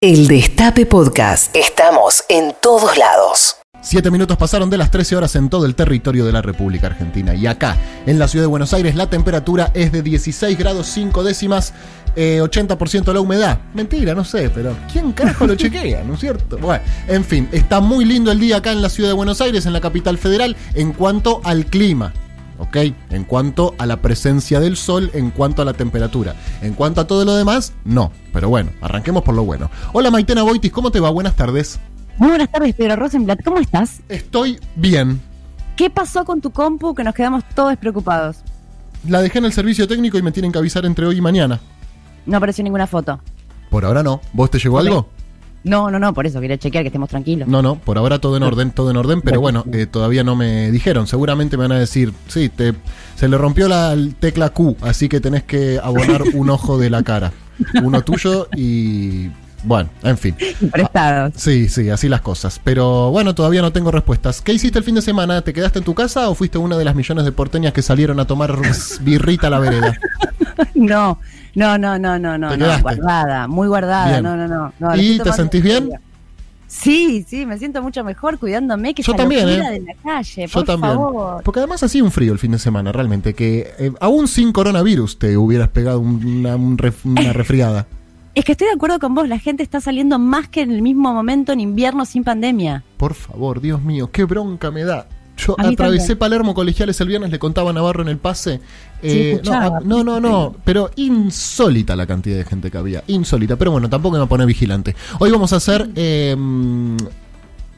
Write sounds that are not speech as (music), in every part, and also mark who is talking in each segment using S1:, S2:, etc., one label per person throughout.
S1: El Destape Podcast. Estamos en todos lados.
S2: Siete minutos pasaron de las 13 horas en todo el territorio de la República Argentina. Y acá, en la ciudad de Buenos Aires, la temperatura es de 16 grados 5 décimas, eh, 80% la humedad. Mentira, no sé, pero ¿quién carajo lo chequea? (laughs) ¿No es cierto? Bueno, en fin, está muy lindo el día acá en la ciudad de Buenos Aires, en la capital federal, en cuanto al clima. ¿ok? En cuanto a la presencia del sol, en cuanto a la temperatura. En cuanto a todo lo demás, no. Pero bueno, arranquemos por lo bueno. Hola Maitena Boitis, ¿cómo te va? Buenas tardes.
S3: Muy buenas tardes, Pedro Rosenblatt. ¿Cómo estás?
S2: Estoy bien.
S3: ¿Qué pasó con tu compu que nos quedamos todos preocupados?
S2: La dejé en el servicio técnico y me tienen que avisar entre hoy y mañana.
S3: No apareció ninguna foto.
S2: Por ahora no. ¿Vos te llegó
S3: Ok.
S2: algo?
S3: No, no, no, por eso quería chequear que estemos tranquilos.
S2: No, no, por ahora todo en orden, todo en orden, pero bueno, eh, todavía no me dijeron. Seguramente me van a decir, sí, te, se le rompió la tecla Q, así que tenés que (laughs) abonar un ojo de la cara. Uno tuyo y... Bueno, en fin.
S3: Prestados. (laughs)
S2: Sí, sí, así las cosas. Pero bueno, todavía no tengo respuestas. ¿Qué hiciste el fin de semana? ¿Te quedaste en tu casa o fuiste una de las millones de porteñas que salieron a tomar birrita a la vereda?
S3: No, no, no, no, no, no,
S2: ¿Te
S3: no,
S2: quedaste?
S3: guardada, muy guardada,
S2: Bien.
S3: no, no, no. no, la
S2: ¿Y
S3: estoy
S2: te
S3: tomando
S2: sentís
S3: en
S2: bien?
S3: serio. Sí, sí, me siento mucho mejor cuidándome que
S2: Yo
S3: esa
S2: también,
S3: locura
S2: ¿eh?
S3: de la calle,
S2: Yo
S3: por
S2: también.
S3: favor.
S2: Porque además hacía un frío el fin de semana, realmente, que eh, aún sin coronavirus te hubieras pegado un- una, un ref- una resfriada.
S3: Es que estoy de acuerdo con vos, la gente está saliendo más que en el mismo momento en invierno sin pandemia.
S2: Por favor, Dios mío, qué bronca me da. Yo
S3: A mí
S2: atravesé
S3: también.
S2: Palermo Colegiales el viernes, le contaba a Navarro en el pase. Eh, no,
S3: escuchaba.
S2: a- no, no, no, pero insólita la cantidad de gente que había, insólita. Pero bueno, tampoco me pone vigilante. Hoy vamos a hacer eh, mm,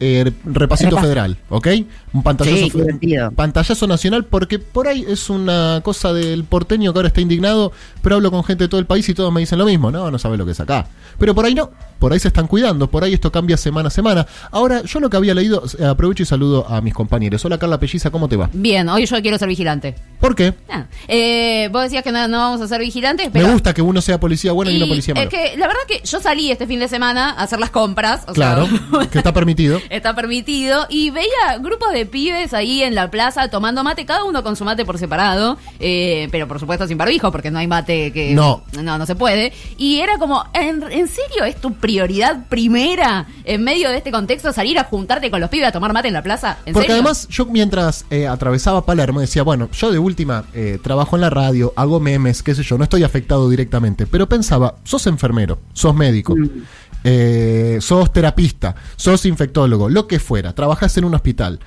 S2: eh, repasito
S3: Repaso.
S2: federal, ¿ok? Un pantallazo,
S3: Sí, qué
S2: fe-
S3: divertido.
S2: pantallazo nacional, porque por ahí es una cosa del porteño que ahora está indignado, pero hablo con gente de todo el país y todos me dicen lo mismo, no, no sabe lo que es acá. Pero por ahí no, por ahí se están cuidando, por ahí esto cambia semana a semana. Ahora, yo lo que había leído, eh, aprovecho y saludo a mis compañeros. Hola Carla Pelliza, ¿cómo te va?
S4: Bien, hoy yo quiero ser vigilante.
S2: ¿Por qué?
S4: Ah, eh, vos decías que no, no vamos a ser vigilantes, pero...
S2: Me gusta que uno sea policía bueno y,
S4: Y
S2: uno policía malo.
S4: es que la verdad que yo salí este fin de semana a hacer las compras. o
S2: claro,
S4: sea,
S2: que está permitido.
S4: (laughs) está permitido. Y veía grupos de pibes ahí en la plaza tomando mate, cada uno con su mate por separado, eh, pero por supuesto sin barbijo, porque no hay mate que...
S2: No.
S4: No, no se puede. Y era como, ¿en, en serio es tu prioridad primera en medio de este contexto salir a juntarte con los pibes a tomar mate en la plaza? ¿En
S2: Porque
S4: serio? (laughs)
S2: además yo mientras eh, atravesaba Palermo decía, bueno, yo de última eh, trabajo en la radio, hago memes, qué sé yo, no estoy afectado directamente, pero pensaba, sos enfermero, sos médico,
S4: Mm.
S2: eh, sos terapista, sos infectólogo, lo que fuera, trabajás en un hospital,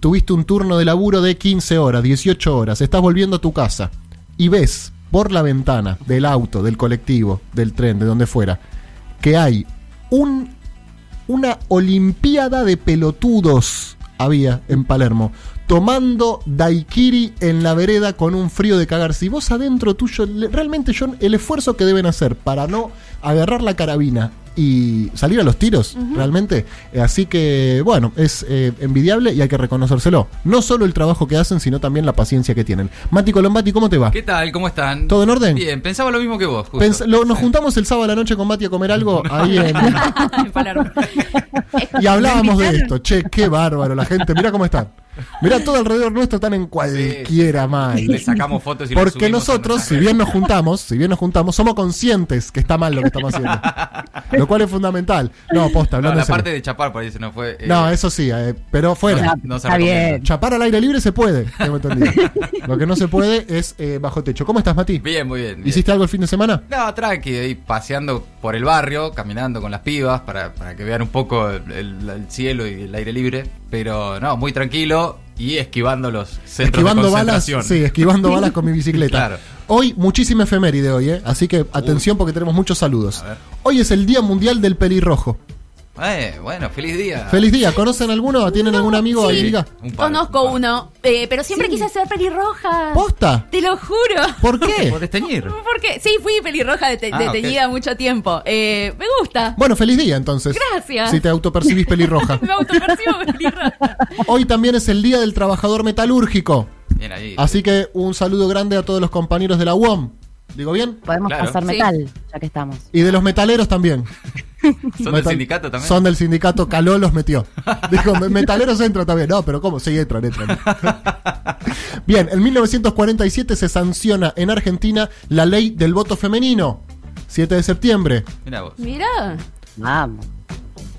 S2: tuviste un turno de laburo de 15 horas, 18 horas, estás volviendo a tu casa y ves por la ventana del auto, del colectivo, del tren, de donde fuera, que hay un una olimpiada de pelotudos había en Palermo, tomando daiquiri en la vereda con un frío de cagarse. Y vos adentro tuyo, le- realmente yo, el esfuerzo que deben hacer para no agarrar la carabina y salir a los tiros, realmente. Eh, Así que, bueno, es eh, envidiable y hay que reconocérselo. No solo el trabajo que hacen, sino también la paciencia que tienen. Mati Colombati, ¿cómo te va?
S5: ¿Qué tal? ¿Cómo están?
S2: ¿Todo en orden?
S5: Bien, pensaba lo mismo que vos. justo.
S2: Pens- lo- nos juntamos el sábado a la noche con Mati a comer algo ahí en,
S4: En Palermo.
S2: (laughs) Y hablábamos de esto, che, qué bárbaro la gente, mira cómo están. Mira todo alrededor nuestro están en cualquiera mal.
S5: Le sacamos fotos y las
S2: Porque
S5: subimos a
S2: nosotros,
S5: nuestra
S2: si
S5: red.
S2: bien nos juntamos, si bien nos juntamos, somos conscientes que está mal lo que estamos
S5: (laughs)
S2: haciendo. Lo cual es fundamental. No, posta,
S5: No,
S2: hablando
S5: la
S2: en serio.
S5: parte de chapar parece no fue. eh,
S2: No, eso sí, eh, pero fuera.
S5: no se
S3: Está
S5: recomienda.
S3: bien.
S2: Chapar al aire libre se puede, tengo
S5: (laughs)
S2: entendido. Lo que no se puede es eh, bajo techo. ¿Cómo estás, Mati?
S5: Bien, muy bien. bien.
S2: ¿Hiciste algo el fin de semana?
S5: No, tranqui, ahí paseando por el barrio, caminando con las pibas para, para que vean un poco el, el- el cielo y el aire libre. Pero no, muy tranquilo y esquivando los centros
S2: Esquivando
S5: de
S2: balas,
S5: concentración.
S2: sí,
S5: (laughs)
S2: esquivando balas con mi bicicleta.
S5: Claro.
S2: Hoy, muchísima efeméride hoy, ¿eh? Así que atención porque tenemos muchos saludos.
S5: A ver.
S2: Hoy es el Día Mundial del Pelirrojo.
S5: Eh, bueno, feliz día.
S2: Feliz día. ¿Conocen alguno? ¿Tienen algún amigo ahí? Diga.
S5: Un par,
S4: Conozco
S5: un par.
S4: uno, eh, pero siempre quise ser pelirroja.
S2: ¿Posta?
S4: Te lo juro.
S2: ¿Por
S5: (laughs) Por
S2: qué?
S4: (laughs)
S5: desteñir.
S4: Porque sí, fui pelirroja de, te-
S5: Ah,
S4: de
S5: ok.
S4: teñida mucho tiempo. Eh, me gusta.
S5: (laughs)
S2: Bueno, feliz día entonces.
S4: Gracias.
S2: Si te autopercibís
S4: (laughs)
S2: pelirroja.
S4: Me autopercibo pelirroja.
S2: Hoy también es el Día del Trabajador Metalúrgico.
S5: Bien ahí.
S2: Así que un saludo grande a todos los compañeros de la UOM. ¿Digo bien?
S3: Podemos
S5: Claro.
S3: pasar
S4: Sí.
S3: metal, ya que estamos.
S2: Y de los metaleros también.
S5: ¿Son del
S2: Metal-
S5: sindicato también?
S2: Son del sindicato, Caló los metió. (laughs) Dijo, "Me- metaleros entran también. No, pero ¿cómo? Sí, entran,
S5: (laughs)
S2: entran. Bien, en 1947 se sanciona en Argentina la ley del voto femenino. 7 de septiembre.
S5: Mirá vos.
S4: Mirá.
S3: Vamos.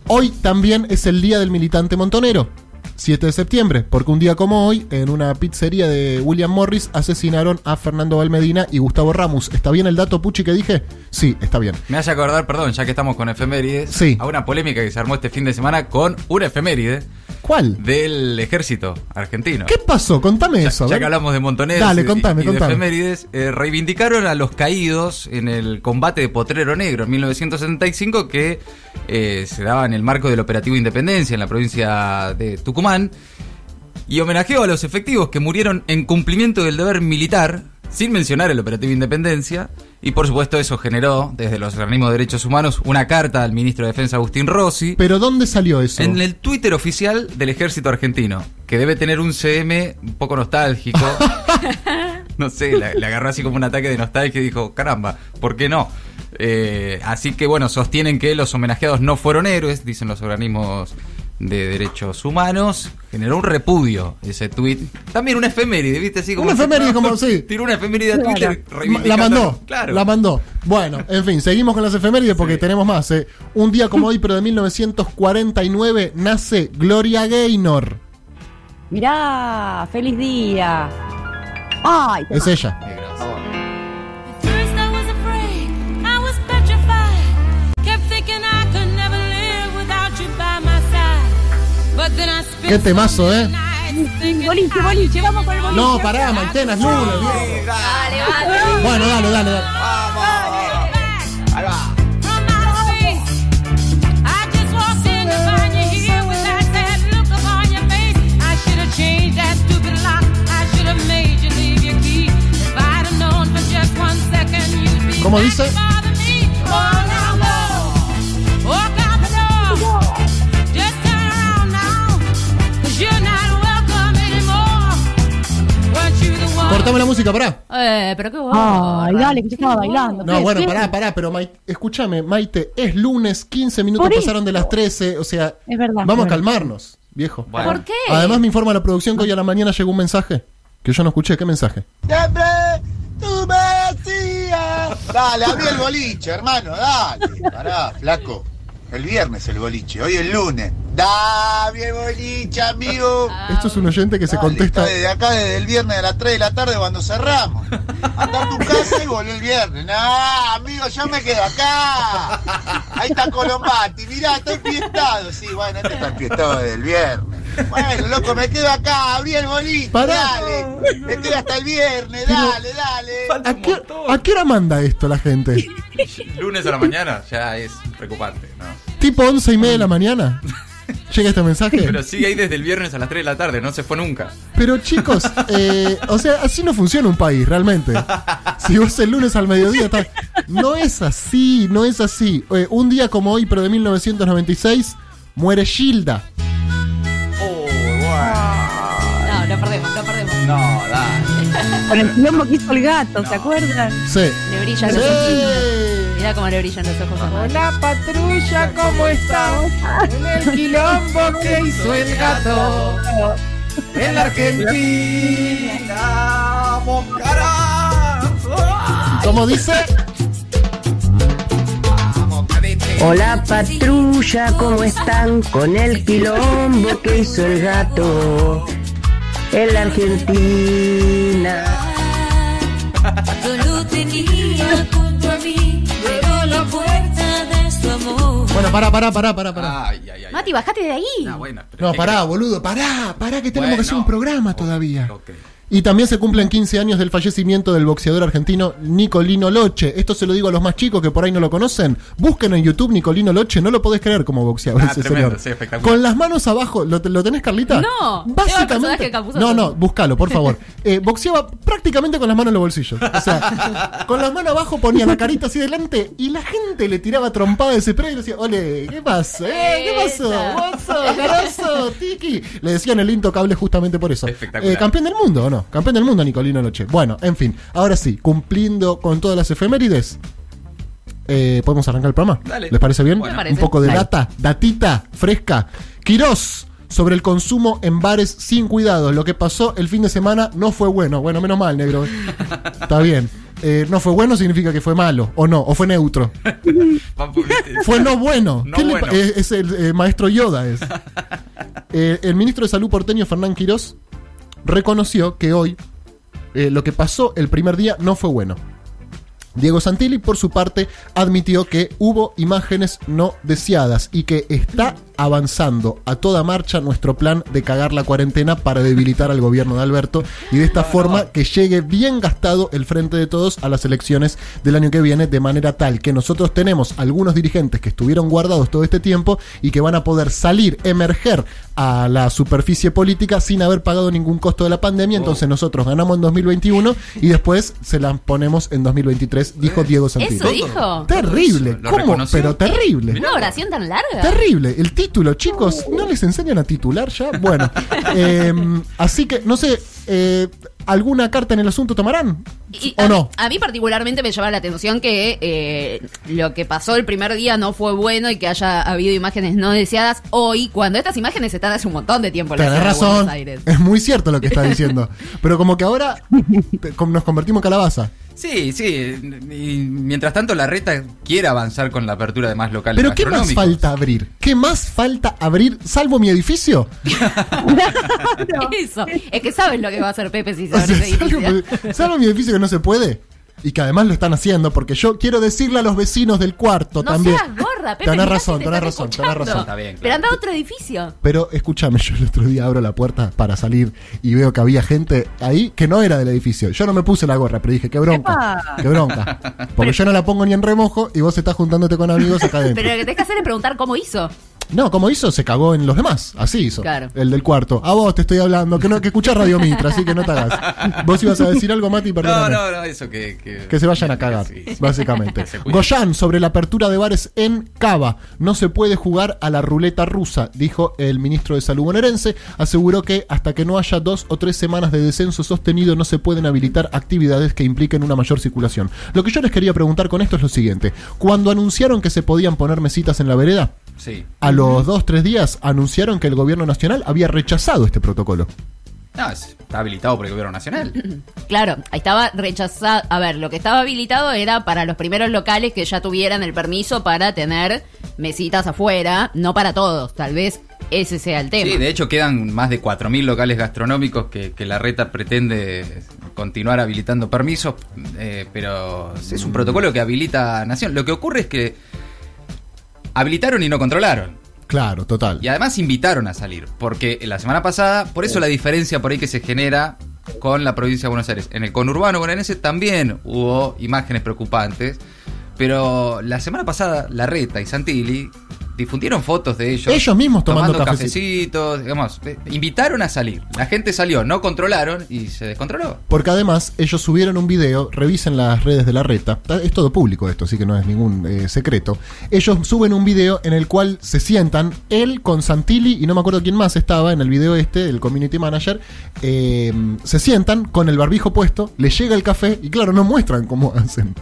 S2: Hoy también es el Día del Militante Montonero. 7 de septiembre, porque un día como hoy, en una pizzería de William Morris, asesinaron a Fernando Valmedina y Gustavo Ramos. ¿Está bien el dato, Puchi, que dije? Sí, está bien.
S5: Me hace acordar, perdón, ya que estamos con efemérides,
S2: Sí.
S5: a una polémica que se armó este fin de semana con una efeméride
S2: ¿Cuál?
S5: del ejército argentino.
S2: ¿Qué pasó? Contame eso. a
S5: Ya
S2: ver.
S5: que hablamos de montoneros
S2: Dale,
S5: y-
S2: contame,
S5: y de
S2: contame.
S5: efemérides, eh, reivindicaron a los caídos en el combate de Potrero Negro en 1975 que eh, se daba en el marco del operativo Independencia en la provincia de Tucumán y homenajeó a los efectivos que murieron en cumplimiento del deber militar, sin mencionar el operativo Independencia, y por supuesto eso generó desde los organismos de derechos humanos una carta al ministro de Defensa Agustín Rossi.
S2: ¿Pero dónde salió eso?
S5: En el Twitter oficial del ejército argentino, que debe tener un CM un
S2: (laughs)
S5: poco nostálgico. no sé, la- le agarró así como un ataque de nostalgia y dijo, caramba, ¿por qué no? Eh, así que bueno, sostienen que los homenajeados no fueron héroes, dicen los organismos de derechos humanos. Generó un repudio ese tweet. También una efeméride, ¿viste? Así como
S2: Una efeméride, como- sí.
S5: Tiró una efeméride a
S3: Claro.
S5: Twitter.
S2: Ma- La
S5: reivindicando-
S2: mandó.
S5: Claro.
S2: La mandó. Bueno, en fin, seguimos con las efemérides porque tenemos más. eh. Un día como hoy, pero de 1949, nace Gloria Gaynor.
S3: Mirá, feliz día. Ay,
S2: Es ella.
S5: Qué gracioso.
S6: At first I was afraid, I was petrified. Kept thinking I could never live without you by my side. But then I spent
S2: Qué temazo, ¿eh?
S6: nights thinking
S3: boliche, boliche, vamos con el boliche.
S2: No, pará, Maitena, es lunes, viejo. Bueno, dale, dale, dale.
S6: back from my face. I just walked in to find you here with that sad look upon your face. I should have changed that stupid lock. I should have made you leave your key. If I'd have known for just one second you'd be
S2: ¿Cómo
S6: back
S2: dice?
S6: to bother me. Oh, now go. Walk out the door. Just turn around now. 'cause you're not welcome anymore. Weren't you the one?
S2: Cortame la música, pará.
S4: Eh, pero qué bueno.
S3: Ay, dale, que yo estaba bailando.
S2: No,
S3: ¿qué?
S2: bueno,
S3: ¿Qué?
S2: pará, pará, pero Mai- escúchame, Maite, es lunes, 15 minutos
S3: Por
S2: pasaron de las 13, o sea,
S3: Es verdad,
S2: vamos a
S3: es verdad.
S2: calmarnos, viejo.
S5: Bueno.
S4: ¿Por qué?
S2: Además me informa la producción que hoy a la mañana llegó un mensaje que yo no escuché, ¿qué mensaje?
S7: Siempre tú me decías. Dale, abrí el boliche, hermano, dale. Pará, flaco. El viernes el boliche, hoy el lunes. Dame el boliche, amigo.
S2: Esto es un oyente que se
S7: Dale,
S2: contesta,
S7: está desde acá, desde el viernes a las 3 de la tarde cuando cerramos. Andar tu casa y volví el viernes. No, amigo, yo me quedo acá. Ahí está Colombati, mirá, está enfiestado. Sí, bueno, este está enfiestado desde el viernes. Bueno, loco, me quedo acá, abrí el boliche,
S2: Pará.
S7: dale. Me quedo hasta el viernes, dale, dale.
S2: ¿A qué, a qué hora manda esto la
S7: (laughs)
S2: gente?
S5: Lunes a la mañana ya es preocupante, ¿no?
S2: ¿Tipo 11 y media de la mañana? Llega este mensaje.
S5: Pero sigue ahí desde el viernes a las 3 de la tarde, no se fue nunca.
S2: Pero chicos, eh, o sea, así no funciona un país realmente. Si vos el lunes al mediodía estás... No es así, no es así. Eh, un día como hoy, pero de 1996, muere Gilda.
S4: No, lo perdemos, lo perdemos.
S5: No, dale.
S3: Con el quilombo que hizo el gato, ¿se acuerdan?
S2: Sí.
S4: Le brillan los ojitos.
S2: Sí.
S4: Mirá cómo le brillan los ojos a Mario.
S8: Hola patrulla, ¿cómo estamos? En el quilombo que hizo el gato en la Argentina. ¡Mocará!
S2: ¿Cómo dice?
S9: Hola patrulla, ¿cómo están? Con el quilombo que hizo el gato en la Argentina.
S6: Yo lo tenía junto a mí, llegó la puerta de su amor.
S2: Bueno, pará, pará, pará, pará, pará.
S5: Ay, ay, ay.
S4: Mati, bajate de ahí.
S5: No, bueno, pero
S2: No,
S5: ¿qué
S2: pará,
S5: crees?
S2: boludo, pará, pará, que tenemos que hacer
S5: Bueno.
S2: un programa todavía.
S5: Ok.
S2: Y también se cumplen 15 años del fallecimiento del boxeador argentino Nicolino Loche. Esto se lo digo a los más chicos que por ahí no lo conocen. Busquen en YouTube Nicolino Loche, no lo podés creer como boxeador
S5: Ah,
S2: ese
S5: tremendo,
S2: señor.
S5: sí, espectacular.
S2: Con las manos abajo, ¿lo, lo tenés Carlita?
S4: No, tengo el personaje
S2: básicamente.
S4: de Capuzoto.
S2: No, no, búscalo, por favor.
S4: (laughs)
S2: Eh, boxeaba prácticamente con las manos en los bolsillos. O sea, con las manos abajo ponía la carita así delante y la gente le tiraba trompada de spray y le decía, ole, ¿qué pasó? Eh, ¿Qué pasó?
S4: Esa.
S2: Guaso, carazo, tiki. Le decían el intocable justamente por eso.
S5: Espectacular.
S2: Eh, campeón del mundo, ¿o no? Campeón del mundo, Nicolino Loche. Bueno, en fin, ahora sí, cumpliendo con todas las efemérides. eh, ¿Podemos arrancar el programa?
S5: Dale.
S2: ¿Les parece bien?
S5: Bueno. Me
S2: Un
S4: parece.
S2: poco de
S4: Dale.
S2: data, datita fresca. Quirós sobre el consumo en bares sin cuidado. Lo que pasó el fin de semana no fue bueno. Bueno, menos mal, negro. Está bien. eh, no fue bueno significa que fue malo, o no, o fue neutro.
S5: Papu, ¿viste?
S2: Fue no bueno.
S5: No
S2: ¿Qué le
S5: bueno.
S2: pa- es, es el eh, maestro Yoda
S5: (laughs)
S2: es. Eh, el ministro de Salud porteño Fernán Quirós reconoció que hoy eh, lo que pasó el primer día no fue bueno. Diego Santilli, por su parte, admitió que hubo imágenes no deseadas y que está avanzando a toda marcha nuestro plan de cagar la cuarentena para debilitar al gobierno de Alberto y de esta forma que llegue bien gastado el frente de todos a las elecciones del año que viene de manera tal que nosotros tenemos algunos dirigentes que estuvieron guardados todo este tiempo y que van a poder salir, emerger a la superficie política sin haber pagado ningún costo de la pandemia. Entonces nosotros ganamos en 2021 y después se las ponemos en 2023, dijo Diego Santilli.
S4: Eh, ¿Eso dijo? ¿Eh?
S2: Terrible,
S5: ¿Lo
S2: ¿cómo?
S5: reconoció?
S2: Pero terrible.
S4: ¿Una oración tan larga?
S2: Terrible. El título, chicos, ¿no les enseñan a titular ya? Bueno, eh, así que, no sé, eh, ¿alguna carta en el asunto tomarán?
S4: Y
S2: ¿O
S4: a,
S2: no?
S4: a mí particularmente me llama la atención que eh, lo que pasó el primer día no fue bueno y que haya habido imágenes no deseadas hoy, cuando estas imágenes están hace un montón de tiempo en la
S2: Tenés
S4: ciudad de
S2: razón.
S4: Buenos Aires.
S2: Es muy cierto lo que está diciendo. Pero como que ahora te- com- nos convertimos en calabaza.
S5: (laughs) Sí, sí. Y mientras tanto, la reta quiere avanzar con la apertura de más locales.
S2: Pero ¿qué más
S5: gastronómicos.
S2: falta abrir? ¿Qué más falta abrir salvo mi edificio?
S4: (laughs) Eso. Es que sabes lo que va a hacer Pepe si se
S2: O (laughs) sea,
S4: abre ese edificio.
S2: salvo, salvo mi edificio que no se puede. Y que además lo están haciendo porque yo quiero decirle a los vecinos del cuarto
S4: No
S2: también.
S4: seas gorda, Pepe.
S2: Tenés
S4: mirá
S2: razón,
S4: si te
S2: tenés
S4: están
S2: razón, tenés
S4: escuchando.
S2: razón.
S5: Está bien, claro.
S4: Pero anda a otro edificio.
S2: Pero escúchame, (laughs) yo el otro día abro la puerta para salir y veo que había gente ahí que no era del edificio. Yo no me puse la gorra, pero dije, qué bronca, qué bronca.
S4: (laughs)
S2: Porque yo no la pongo ni en remojo y vos estás juntándote con amigos acá adentro.
S4: Pero lo que tenés que hacer es preguntar cómo hizo.
S2: No, como hizo, se cagó en los demás. Así hizo.
S4: Claro.
S2: El del cuarto. A vos te estoy hablando, que no, que escuchás Radio Mitra, así que no te
S4: (laughs)
S2: hagas. Vos ibas a decir algo, Mati,
S5: No,
S2: perdóname.
S5: no, no, eso que. Que,
S2: Que se vayan a cagar,
S5: Sí, sí.
S2: básicamente.
S5: (laughs) se cuiden.
S2: Goyan, sobre la apertura de bares en Cava. No se puede jugar a la ruleta rusa, dijo el ministro de Salud bonaerense. Aseguró que hasta que no haya dos o tres semanas de descenso sostenido no se pueden habilitar actividades que impliquen una mayor circulación. Lo que yo les quería preguntar con esto es lo siguiente. Cuando anunciaron que se podían poner mesitas en la vereda,
S5: Sí.
S2: a los dos, tres días anunciaron que el gobierno nacional había rechazado este protocolo.
S5: No, es- está habilitado por el gobierno nacional.
S4: Claro, ahí estaba rechazado. A ver, lo que estaba habilitado era para los primeros locales que ya tuvieran el permiso para tener mesitas afuera, no para todos. Tal vez ese sea el tema.
S5: Sí, de hecho quedan más de 4.000 locales gastronómicos que, que la reta pretende continuar habilitando permisos, eh, pero es
S2: Mm.
S5: un protocolo que habilita a Nación. Lo que ocurre es que habilitaron y no controlaron.
S2: Claro, total.
S5: Y además invitaron a salir, porque la semana pasada, por eso la diferencia por ahí que se genera con la provincia de Buenos Aires. En el conurbano bonaerense también hubo imágenes preocupantes, pero la semana pasada la Reta y Santilli difundieron fotos de ellos.
S2: Ellos mismos tomando
S5: cafecitos, digamos, eh, invitaron a salir. La gente salió, no controlaron y se descontroló.
S2: Porque además ellos subieron un video, revisen las redes de la reta, es todo público esto, así que no es ningún eh, secreto. Ellos suben un video en el cual se sientan, él con Santilli y no me acuerdo quién más estaba en el video este, el community manager, eh, se sientan con el barbijo puesto, les llega el café y claro, no muestran cómo (laughs) hacen.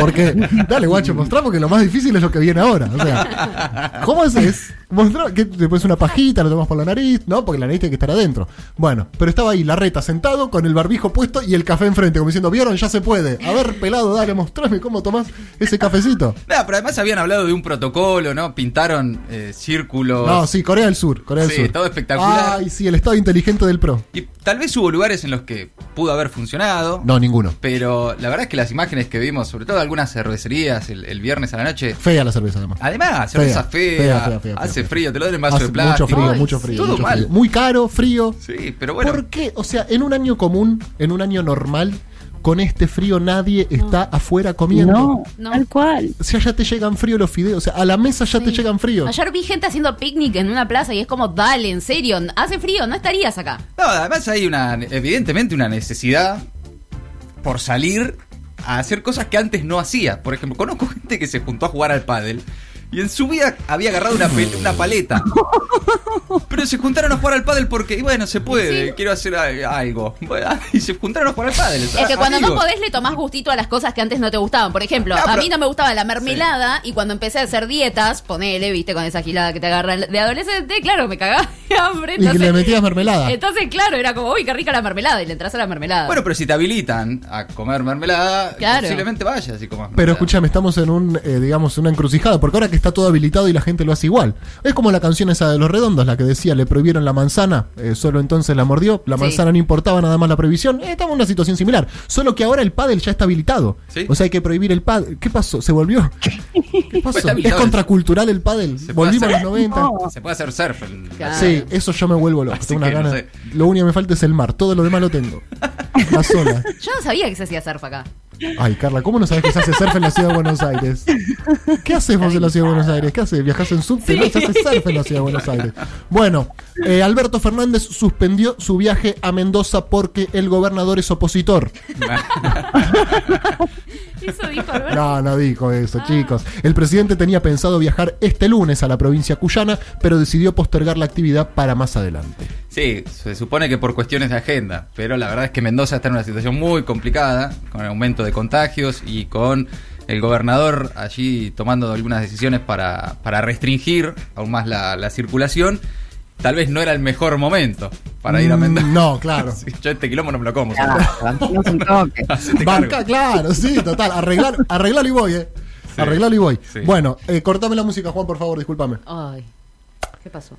S2: Porque, dale, guacho, mostrá porque lo más difícil es lo que viene ahora. O sea, ¿cómo haces? Mostrá que te pones una pajita, lo tomas por la nariz, ¿no? Porque la nariz tiene que estar adentro. Bueno, pero estaba ahí la reta sentado con el barbijo puesto y el café enfrente, como diciendo, ¿vieron? Ya se puede. A ver, pelado, dale, mostrame cómo tomás ese cafecito.
S5: Nah, pero además habían hablado de un protocolo, ¿no? Pintaron eh, círculos.
S2: No, sí, Corea del Sur, Corea del
S5: Sí,
S2: Sur.
S5: todo espectacular.
S2: Ay, sí, el estado inteligente del pro.
S5: Y tal vez hubo lugares en los que pudo haber funcionado.
S2: No, ninguno.
S5: Pero la verdad es que las imágenes que vimos, sobre todo algunas cervecerías el, el viernes a la noche,
S2: Fea la cerveza, además.
S5: además,
S2: Fea,
S5: cerveza fea,
S2: fea, fea, fea,
S5: hace
S2: fea.
S5: frío, te lo dan en vaso
S2: Hace
S5: de plástico.
S2: mucho frío,
S4: Ay,
S2: mucho
S4: sí.
S2: frío.
S5: Todo
S2: mucho
S5: mal.
S2: frío. Muy caro, frío.
S5: Sí, pero bueno,
S2: ¿Por qué? O sea, en un año común, en un año normal, con este frío nadie está afuera comiendo.
S3: No,
S4: No.
S3: tal cual.
S2: O sea, ya te llegan frío los fideos. O sea, a la mesa ya te llegan frío.
S4: Ayer vi gente haciendo picnic en una plaza y es como, dale, en serio, hace frío, no estarías acá.
S5: no, además hay una, evidentemente una necesidad por salir a hacer cosas que antes no hacía. Por ejemplo, conozco gente que se juntó a jugar al pádel Y en su vida había agarrado una, pel- una paleta. Pero se juntaron a jugar al pádel porque, y bueno, se puede, quiero hacer a- algo. Bueno, (laughs) y se juntaron a jugar al pádel.
S4: Es que
S5: a-
S4: cuando no
S5: amigos.
S4: podés le tomás gustito a las cosas que antes no te gustaban. Por ejemplo,
S5: Ah,
S4: a
S5: pero-
S4: mí no me gustaba la mermelada y cuando empecé a hacer dietas, ponele, viste, con esa gilada que te agarran de adolescente, claro, me cagaba de hambre.
S2: Y que
S4: Entonces,
S2: le metías mermelada.
S4: entonces, claro, era como, uy, qué rica la mermelada y le entras a la mermelada.
S5: Bueno, pero si te habilitan a comer mermelada,
S4: Ah. Claro.
S5: posiblemente vayas y comas
S2: Pero
S5: mermelada.
S2: escúchame, estamos en un, eh, digamos, una encrucijada, porque ahora que está todo habilitado y la gente lo hace igual. Es como la canción esa de los redondos, la que decía, le prohibieron la manzana, eh, solo entonces la mordió, la
S4: Sí.
S2: manzana no importaba nada más la prohibición. Eh, estamos en una situación similar, solo que ahora el pádel ya está habilitado.
S5: Sí.
S2: O sea, hay que prohibir el pádel. ¿Qué pasó? ¿Se
S5: (laughs)
S2: volvió? ¿Qué pasó?
S5: Está
S2: ¿Es
S5: habilitado.
S2: contracultural el pádel?
S5: Se puede
S2: ¿Volvimos a
S5: hacer.
S2: los 90?
S5: (laughs) Se puede hacer surf. en-
S4: Claro.
S2: Sí, eso yo me vuelvo loco.
S5: Así
S2: Tengo una
S5: que no
S2: gana.
S5: sé.
S2: Lo único que me falta es el mar, todo lo demás lo tengo. La sola.
S4: Yo no sabía que se hacía surf acá.
S2: Ay, Carla, ¿cómo no sabes que se hace surf en la ciudad de Buenos Aires? ¿Qué haces vos en la ciudad de Buenos Aires? ¿Qué haces? ¿Viajás en subte? No, se hace surf en la ciudad de Buenos Aires. Bueno, eh, Alberto Fernández suspendió su viaje a Mendoza porque el gobernador es opositor.
S4: Eso dijo Alberto.
S2: No, no dijo eso, chicos. El presidente tenía pensado viajar este lunes a la provincia cuyana, pero decidió postergar la actividad para más adelante.
S5: (laughs) Sí, se supone que por cuestiones de agenda, pero la verdad es que Mendoza está en una situación muy complicada, con el aumento de contagios y con el gobernador allí tomando algunas decisiones para, para restringir aún más la, la circulación. Tal vez no era el mejor momento para ir a
S2: Mm,
S5: Mendoza. (laughs)
S2: no, claro.
S5: Sí, Yo este quilombo no me lo como.
S9: No un toque.
S5: (laughs) Hacete cargo.
S2: Banca, claro, sí, total. Arreglar, arreglalo y voy, eh.
S5: Sí,
S2: Arreglalo y voy.
S5: sí.
S2: Bueno, eh, cortame la música, Juan, por favor, discúlpame.
S4: Ay, ¿qué pasó?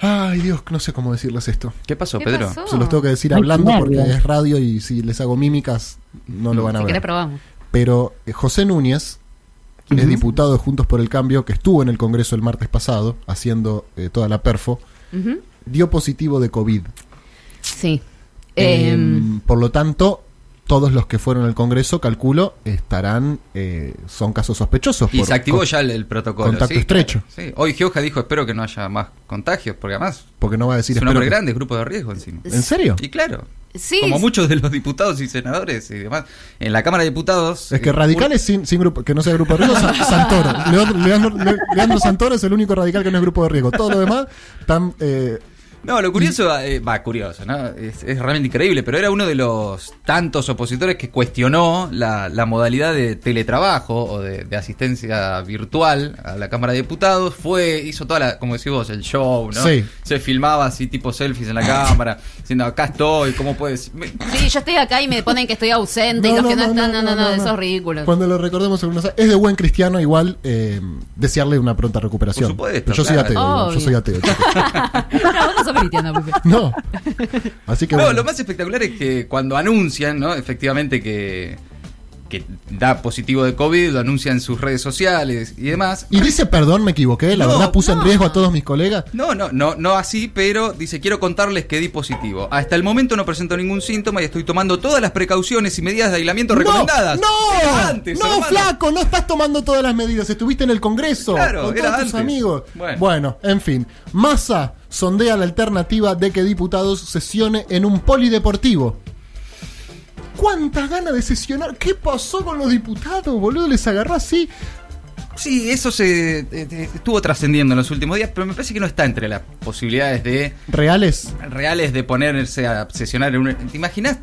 S2: Ay, Dios, no sé cómo decirles esto.
S5: ¿Qué pasó,
S4: ¿Qué
S5: Pedro?
S4: pasó?
S2: Se los tengo que decir
S9: Ay, qué
S2: hablando porque
S9: nervios.
S2: es radio y si les hago mímicas no lo van a
S4: Mm, Si querés
S2: ver.
S4: probamos.
S2: Pero eh, José Núñez es diputado de Juntos por el Cambio que estuvo en el Congreso el martes pasado haciendo eh, toda la perfo.
S4: Ujú.
S2: Dio positivo de COVID.
S4: Sí. Em,
S2: Em, por lo tanto, todos los que fueron al Congreso, calculo, estarán, eh, son casos sospechosos.
S5: Y
S2: por-
S5: se activó
S2: con-
S5: ya el, el protocolo.
S2: contacto
S5: sí,
S2: estrecho.
S5: claro, sí. Hoy Gioja dijo espero que no haya más contagios, porque además
S2: Porque no va a decir
S5: es un
S2: espero
S5: hombre
S2: que-
S5: grande, grupo de riesgo encima.
S2: ¿En serio?
S5: Y claro,
S4: sí.
S5: como muchos de los diputados y senadores y demás, en la Cámara de Diputados...
S2: Es
S5: eh,
S2: que radicales sin, sin grupo, que no sea grupo de riesgo,
S4: (laughs)
S2: Sa- Santoro. Leandro, Leandro- Leandro Santoro es el único radical que no es grupo de riesgo. Todo lo demás están eh,
S5: No, lo curioso, eh, va, curioso, ¿no? Es, es realmente increíble, pero era uno de los tantos opositores que cuestionó la, la modalidad de teletrabajo o de, de asistencia virtual a la Cámara de Diputados. Fue, hizo toda la, como decís vos, el show, ¿no?
S2: Sí.
S5: Se filmaba así, tipo selfies en
S2: (laughs)
S5: la cámara, diciendo, acá estoy, ¿cómo puedes? Me-
S4: Sí, yo estoy acá y me ponen que estoy ausente y los que no, están, no, no, no, eso es ridículo.
S2: Cuando lo recordemos en unos- Es de buen cristiano igual eh, desearle una pronta recuperación.
S5: Por supuesto,
S2: Pero yo soy
S5: claro.
S2: ateo, igual, yo
S4: Obvio.
S2: soy ateo. chicos.
S4: (laughs) No, vos no sos cristiano, Pepe.
S2: No.
S4: (laughs)
S2: Así que
S5: No,
S2: bueno.
S5: lo más espectacular es que cuando anuncian, ¿no? Efectivamente que, que da positivo de COVID, lo anuncian en sus redes sociales y demás.
S2: Y dice, perdón, me equivoqué, la
S5: No,
S2: verdad puse en
S4: no.
S2: riesgo a todos mis colegas.
S5: No, no, no, no así, pero dice, quiero contarles que di positivo. Hasta el momento no presento ningún síntoma y estoy tomando todas las precauciones y medidas de aislamiento recomendadas.
S2: ¡No!
S5: Era antes,
S2: ¡No,
S5: hermano.
S2: flaco! No estás tomando todas las medidas. Estuviste en el Congreso
S5: Claro,
S2: con
S5: era
S2: todos tus
S5: antes.
S2: amigos. Bueno.
S5: Bueno.
S2: en fin. Massa sondea la alternativa de que diputados sesione en un polideportivo. ¿Cuántas ganas de sesionar? ¿Qué pasó con los diputados, boludo? Les agarró así.
S5: Sí, eso se eh, eh, estuvo trascendiendo en los últimos días, pero me parece que no está entre las posibilidades de
S2: ¿Reales?
S5: reales de ponerse a sesionar en un... ¿Te imaginas?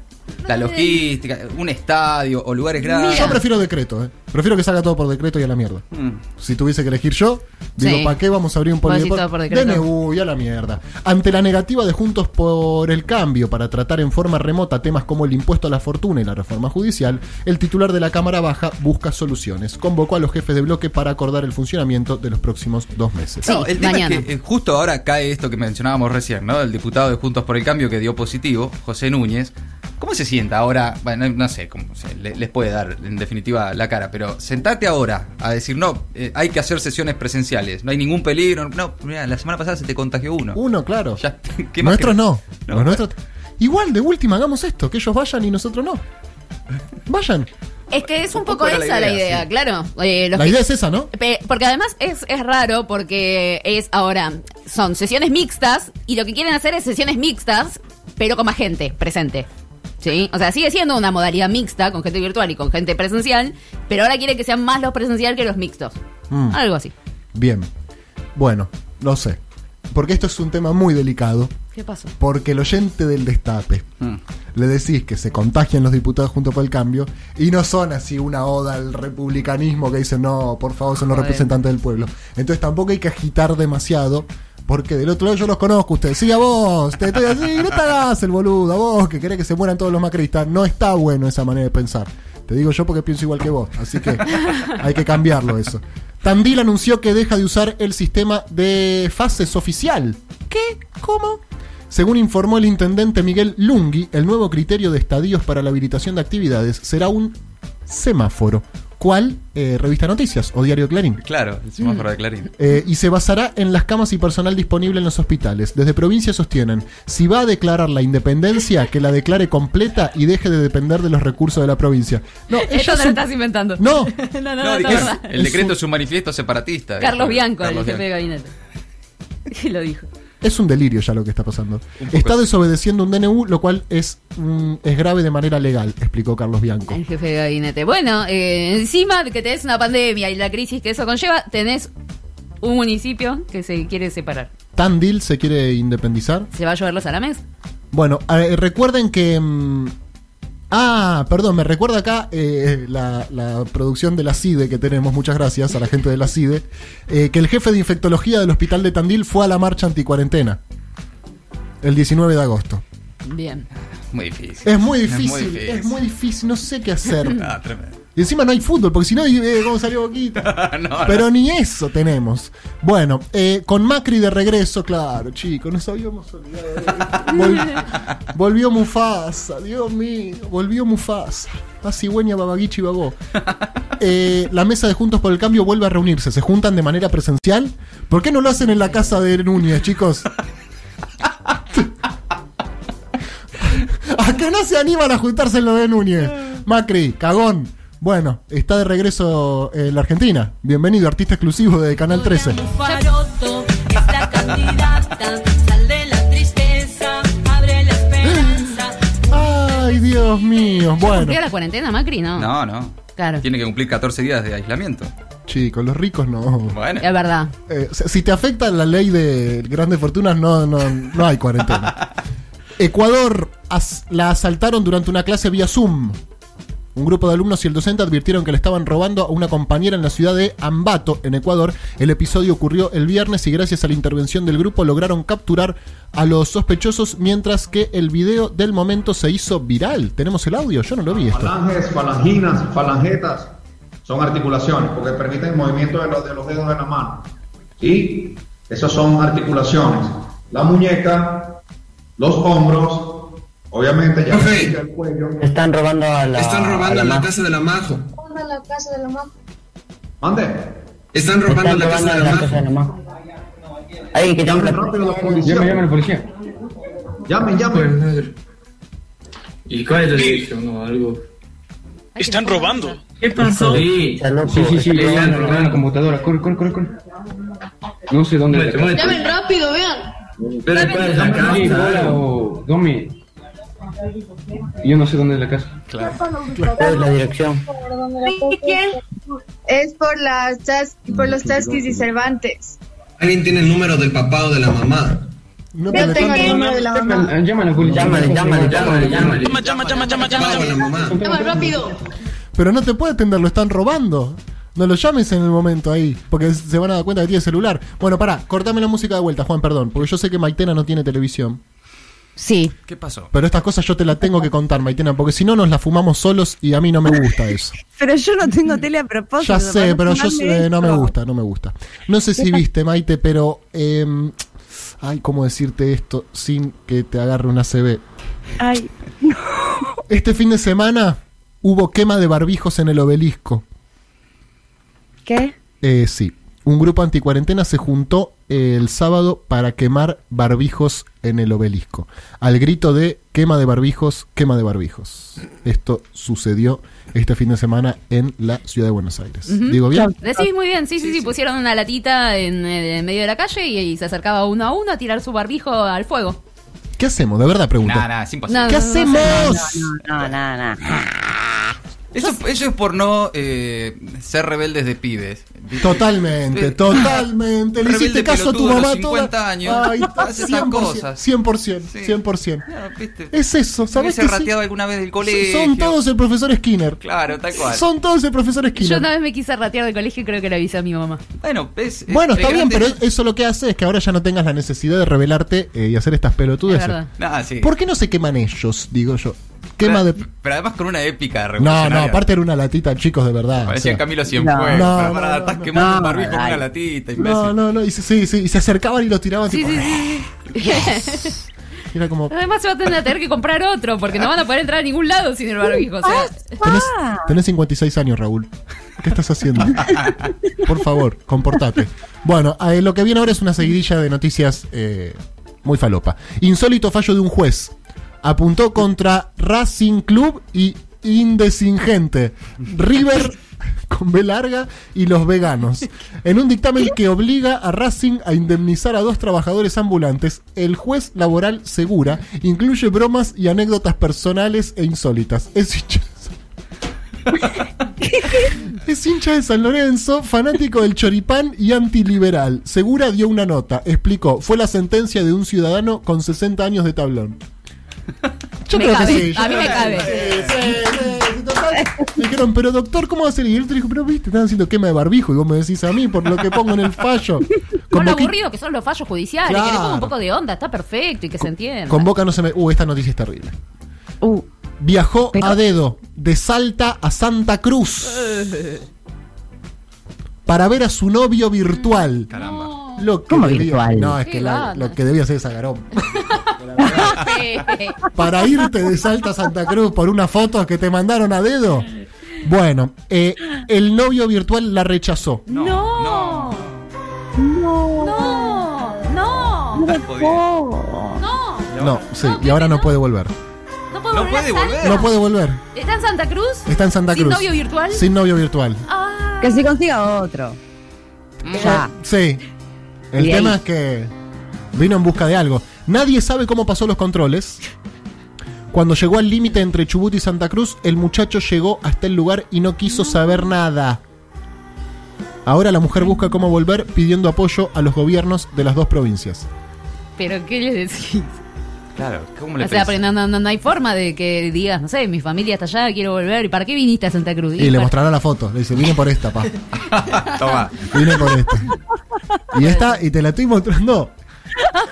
S5: La logística, un estadio o lugares grandes.
S2: Yo prefiero decreto, ¿eh? Prefiero que salga todo por decreto y a la mierda.
S5: Mm.
S2: Si tuviese que elegir yo, digo,
S4: Sí.
S2: ¿para qué vamos a abrir un
S4: Vos decís
S2: polideportivo?
S4: todo por decreto.
S2: DNU y a la mierda. Ante la negativa de Juntos por el Cambio para tratar en forma remota temas como el impuesto a la fortuna y la reforma judicial, el titular de la Cámara Baja busca soluciones. Convocó a los jefes de bloque para acordar el funcionamiento de los próximos dos meses.
S4: Sí,
S5: No, el tema
S4: mañana.
S5: es que eh, justo ahora cae esto que mencionábamos recién, ¿no? El diputado de Juntos por el Cambio que dio positivo, José Núñez. ¿Cómo se sienta ahora? Bueno, no sé, cómo se- le- les puede dar en definitiva la cara, pero sentate ahora a decir, no, eh, hay que hacer sesiones presenciales, no hay ningún peligro. No, mira, la semana pasada se te contagió uno.
S2: Uno, claro.
S5: Ya, ¿qué más
S2: Nuestros
S5: que-
S2: no.
S5: No,
S2: Los nuestros- Igual, de última, hagamos esto, que ellos vayan y nosotros no. Vayan.
S4: Es que es un
S5: Un
S4: poco
S5: poco era
S4: esa
S5: la
S4: la
S5: idea,
S4: idea,
S5: sí.
S4: claro. Eh, los
S2: La
S4: que-
S2: idea es esa, ¿no?
S4: Pe- Porque además es, es raro porque es ahora, son sesiones mixtas y lo que quieren hacer es sesiones mixtas, pero con más gente presente. ¿Sí? O sea, sigue siendo una modalidad mixta con gente virtual y con gente presencial, pero ahora quiere que sean más los presencial que los mixtos.
S2: Mm.
S4: Algo así.
S2: Bien. Bueno, no sé. Porque esto es un tema muy delicado.
S4: ¿Qué pasó?
S2: Porque el oyente del destape le decís que se contagian los diputados junto por el cambio y no son así una oda al republicanismo que dicen no, por favor, son los
S4: Joder.
S2: representantes del pueblo. Entonces tampoco hay que agitar demasiado. Porque del otro lado yo los conozco, ustedes. Sí, a vos, te estoy así, no te hagas el boludo, a vos que querés que se mueran todos los macristas. No está bueno esa manera de pensar. Te digo yo porque pienso igual que vos, así que hay que cambiarlo eso. Tandil anunció que deja de usar el sistema de fases oficial. ¿Qué? ¿Cómo? Según informó el intendente Miguel Lungui, el nuevo criterio de estadios para la habilitación de actividades será un semáforo. ¿Cuál? Eh, Revista Noticias o Diario Clarín.
S5: Claro, el semáforo de Clarín.
S2: Eh, y se basará en las camas y personal disponible en los hospitales. Desde provincia sostienen, si va a declarar la independencia, que la declare completa y deje de depender de los recursos de la provincia. No,
S4: Esto
S2: ellos
S4: te lo
S2: son-
S4: estás inventando.
S2: No,
S4: (laughs) no, no, no,
S5: No,
S4: no,
S5: dijiste,
S4: no.
S5: el decreto es un manifiesto separatista.
S4: Carlos Bianco,
S5: Carlos
S4: el jefe de
S5: Bianco.
S4: gabinete. (laughs) Y lo dijo.
S2: Es un delirio ya lo que está pasando.
S5: Un poco
S2: Está
S5: sí.
S2: desobedeciendo un DNU, lo cual es, mm, es grave de manera legal, explicó Carlos Bianco.
S4: El jefe de gabinete. Bueno, eh, encima de que tenés una pandemia y la crisis que eso conlleva, tenés un municipio que se quiere separar.
S2: ¿Tandil se quiere independizar?
S4: ¿Se va a llover los salames?
S2: Bueno, eh, recuerden que... mm, ah, perdón, me recuerda acá eh, la, la producción de la CIDE E que tenemos, muchas gracias a la gente de la CIDE, eh, que el jefe de infectología del hospital de Tandil fue a la marcha anticuarentena el 19 de agosto.
S4: Bien.
S5: Muy difícil.
S2: Es muy difícil, es muy difícil, no sé qué hacer.
S5: Ah, tremendo. (laughs)
S2: Y encima no hay fútbol, porque si no, eh, ¿cómo salió Boquita?
S5: No,
S2: Pero ni eso tenemos. Bueno, eh, con Macri de regreso, claro, chicos, nos habíamos olvidado. de esto. Vol- volvió Mufasa, Dios mío, volvió Mufasa. A cigüeña, babaguichi, babó. Eh, la mesa de Juntos por el Cambio vuelve a reunirse. ¿Se juntan de manera presencial? ¿Por qué no lo hacen en la casa de Núñez, chicos? ¿A que no se animan a juntarse en lo de Núñez? Macri, cagón. Bueno, está de regreso eh, la Argentina. Bienvenido, artista exclusivo de Canal 13.
S6: Faroto es la candidata, sal de la tristeza, abre la esperanza.
S2: Ay, Dios mío. Bueno,
S4: ¿Cumplió la cuarentena, Macri? No.
S5: no, no.
S4: Claro.
S5: Tiene que cumplir 14 días de aislamiento.
S2: chicos, los ricos no.
S5: Bueno.
S4: Es verdad.
S2: Eh, si- si te afecta la ley de grandes fortunas, no, no, no hay cuarentena. Ecuador as- la asaltaron durante una clase vía Zoom. Un grupo de alumnos y el docente advirtieron que le estaban robando a una compañera en la ciudad de Ambato, en Ecuador. El episodio ocurrió el viernes y gracias a la intervención del grupo lograron capturar a los sospechosos mientras que el video del momento se hizo viral. Tenemos el audio, yo no lo vi esto.
S10: Falanges, falanginas, falangetas son articulaciones porque permiten el movimiento de los, de los dedos de la mano. Y esas son articulaciones. La muñeca, los hombros, obviamente ya el cuello.
S9: Están robando a la. Están robando a la, casa de la
S10: Mande.
S9: Están robando la casa de la, Majo. Alguien que
S10: Llamen
S9: tenga
S10: rápido a la policía.
S8: la policía.
S10: Llamen, llamen.
S8: ¿Y cuál es la dirección o algo?
S4: Están robando.
S8: ¿Qué pasó? Sí, sí, sí, sí, ya han robado la computadora. Corre, corre, corre, corre. No sé dónde la casa.
S6: Llamen rápido, vean.
S8: Pero es la casa. O... Domi. Yo no sé dónde es la casa.
S9: cuál es la dirección.
S11: Es por las chas- por los chasquis y Cervantes.
S10: Alguien tiene el número del papá o de la mamá.
S2: No
S11: Yo
S2: me
S11: tengo el
S2: contaron.
S11: número de la mamá.
S8: Ah, Llama a la policía.
S9: Llámale, llámale, llámale, llámale.
S6: Llamen rápido.
S2: Pero no te puede atender, lo están robando. No lo llames en el momento ahí, porque se van a dar cuenta que tiene celular. Bueno, pará, cortame la música de vuelta, Juan, perdón, porque yo sé que Maitena no tiene televisión.
S4: Sí.
S5: ¿Qué pasó?
S2: Pero estas cosas yo te las tengo que contar, Maitena, porque si no nos las fumamos solos y a mí no me gusta eso.
S3: Pero yo no tengo tele a propósito.
S2: Ya sé, pero
S3: para
S2: yo
S3: fumarme
S2: sé- no me
S3: esto.
S2: gusta, no me gusta. No sé si viste, Maite, pero... em, ay, ¿cómo decirte esto sin que te agarre una CB?
S3: Ay,
S2: Este fin de semana hubo quema de barbijos en el obelisco.
S3: ¿qué?
S2: Eh, sí. Un grupo anticuarentena se juntó eh, el sábado para quemar barbijos en el obelisco. Al grito de quema de barbijos, quema de barbijos. Esto sucedió este fin de semana en la ciudad de Buenos Aires. Digo bien.
S4: Decís muy bien, sí, sí, sí, pusieron una latita en, eh, en medio de la calle y, y se acercaba uno a uno a tirar su barbijo al fuego.
S2: ¿Qué hacemos? De verdad pregunto.
S5: Nada, nada, es imposible.
S4: No,
S2: ¿Qué
S4: no, no,
S2: hacemos?
S3: No, no, no, no.
S5: Eso, eso es por no eh, ser rebeldes de pibes.
S2: Totalmente,
S5: Sí.
S2: totalmente. Le
S5: Rebelde
S2: hiciste caso a tu
S5: pelotudo, a los
S2: mamá
S5: 50
S2: toda-
S5: años,
S2: Ay,
S5: (laughs) hace esas
S2: 100%,
S5: cosas.
S2: 100%, 100%. Es eso, ¿sabes
S5: Hubiese
S2: que sí?
S5: rateado alguna vez del colegio.
S2: Son todos el profesor Skinner.
S5: Claro, tal cual.
S2: Son todos el profesor
S4: Yo
S2: Skinner.
S4: una vez me quise ratear del colegio y creo que le avisé a mi mamá.
S5: Bueno, es,
S2: Bueno,
S4: Este,
S2: está bien, pero eso lo que hace es que ahora ya no tengas la necesidad de revelarte eh, y hacer estas pelotudes.
S5: Es verdad. Ah, sí.
S2: ¿Por qué no se queman ellos? Digo yo.
S5: pero,
S2: Quema de.
S5: pero además con una épica
S2: No,
S5: revolucionaria.
S2: no, aparte era una latita, chicos, de verdad. o
S5: Parecía
S2: sea.
S5: Camilo Cienfuegos.
S2: No,
S5: pero
S2: no,
S5: pará,
S2: no,
S5: estás
S2: no.
S5: quemando un
S2: No,
S5: barbijo con
S2: dale.
S5: una latita, imbécil.
S2: No, no, no. Y, se- sí, sí, y se acercaban y los tiraban.
S4: Sí,
S2: tipo,
S4: sí,
S2: (laughs)
S4: sí.
S2: y Era como.
S4: Además se va a tener, a tener que comprar otro porque no van a poder entrar a ningún lado sin el barbijo. O sea,
S2: Tenés, tenés 56 años, Raúl. ¿Qué estás haciendo? Por favor, comportate. Bueno, eh, lo que viene ahora es una seguidilla de noticias eh, muy falopa. Insólito fallo de un juez. Apuntó contra Racing Club y Indesingente. River con B larga y los veganos. En un dictamen que obliga a Racing a indemnizar a dos trabajadores ambulantes, el juez laboral segura incluye bromas y anécdotas personales e insólitas. Es hincha- es hincha de San Lorenzo, fanático del choripán y antiliberal. Segura dio una nota, explicó, fue la sentencia de un ciudadano con 60 años de tablón. Yo
S6: Me
S2: creo
S6: cabe,
S2: que sí. yo
S6: a mí me
S2: creo que
S6: cabe.
S2: sí, sí, sí, sí, total. Me dijeron, pero doctor, ¿cómo va a ser? Y el otro dijo, pero viste, están haciendo quema de barbijo y vos me decís a mí por lo que pongo en el
S6: (laughs)
S2: fallo.
S4: con lo
S2: Convoqui-
S4: aburrido que son los fallos judiciales, que le
S2: Claro.
S4: ponga un poco de onda, está perfecto y que se entienda.
S2: Convoca, no se me. Uh, esta noticia es terrible.
S3: Uh,
S2: Viajó a dedo de Salta a Santa Cruz para ver a su novio virtual.
S5: Caramba.
S2: Lo que
S5: ¿Cómo
S2: debía-
S5: virtual?
S2: No, es
S5: Qué
S2: que la-
S5: gana.
S2: lo que debía hacer es agarón. Para irte de Salta a Santa Cruz por una foto que te mandaron a dedo. Bueno, eh, el novio virtual la rechazó.
S6: No. No.
S3: No.
S6: No.
S4: (laughs) No.
S6: No.
S4: No,
S2: No, sí, y ahora no puede volver.
S4: no puedo volver. a Salta.
S2: No puede volver.
S4: ¿Está en Santa Cruz?
S2: Está en Santa
S4: ¿Sin
S2: Cruz.
S4: novio virtual?
S2: Sin novio virtual.
S3: Que se consiga otro. Ya.
S2: Sí. El
S3: Y
S2: tema
S3: ahí.
S2: es que vino en busca de algo. Nadie sabe cómo pasó los controles. Cuando llegó al límite entre Chubut y Santa Cruz, el muchacho llegó hasta el lugar y no quiso saber nada. Ahora la mujer busca cómo volver pidiendo apoyo a los gobiernos de las dos provincias.
S4: ¿Pero qué le decís?
S5: Claro, ¿cómo le
S4: O sea,
S5: pensás?
S4: pero no, no, no- no hay forma de que digas, no sé, mi familia está allá, quiero volver. ¿Y para qué viniste a Santa Cruz?
S2: Y le
S4: para-
S2: mostrará la foto. Le dice, vine por esta,
S3: (laughs)
S2: pa.
S5: (laughs)
S4: (laughs)
S5: Toma.
S2: Vine por esta. Y esta, y te la estoy mostrando.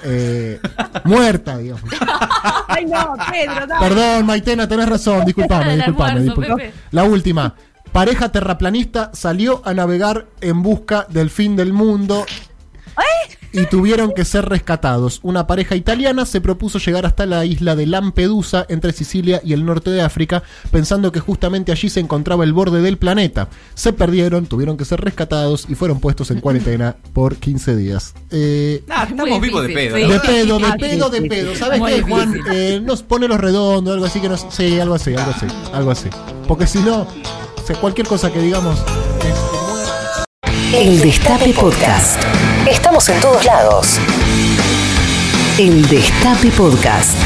S2: eh, muerta, digamos.
S6: Ay, no, Pedro, dale.
S2: Perdón, Maitena, tenés razón. Disculpame,
S6: (laughs) El
S2: disculpame.
S6: almuerzo,
S2: disculpame.
S6: Pepe.
S2: La última. Pareja terraplanista salió a navegar en busca del fin del mundo y tuvieron que ser rescatados. Una pareja italiana se propuso llegar hasta la isla de Lampedusa, entre Sicilia y el norte de África, pensando que justamente allí se encontraba el borde del planeta. Se perdieron, tuvieron que ser rescatados y fueron puestos en cuarentena por 15 días. Eh,
S5: Nah, estamos vivos de pedo.
S2: de pedo, de pedo, de pedo. ¿Sabes qué, Juan? Eh, nos pone los redondos, algo así que nos. Sí, algo así, algo así, algo así. Porque si no, o sea, cualquier cosa que digamos.
S1: El Destape Podcast. Estamos en todos lados. El Destape Podcast.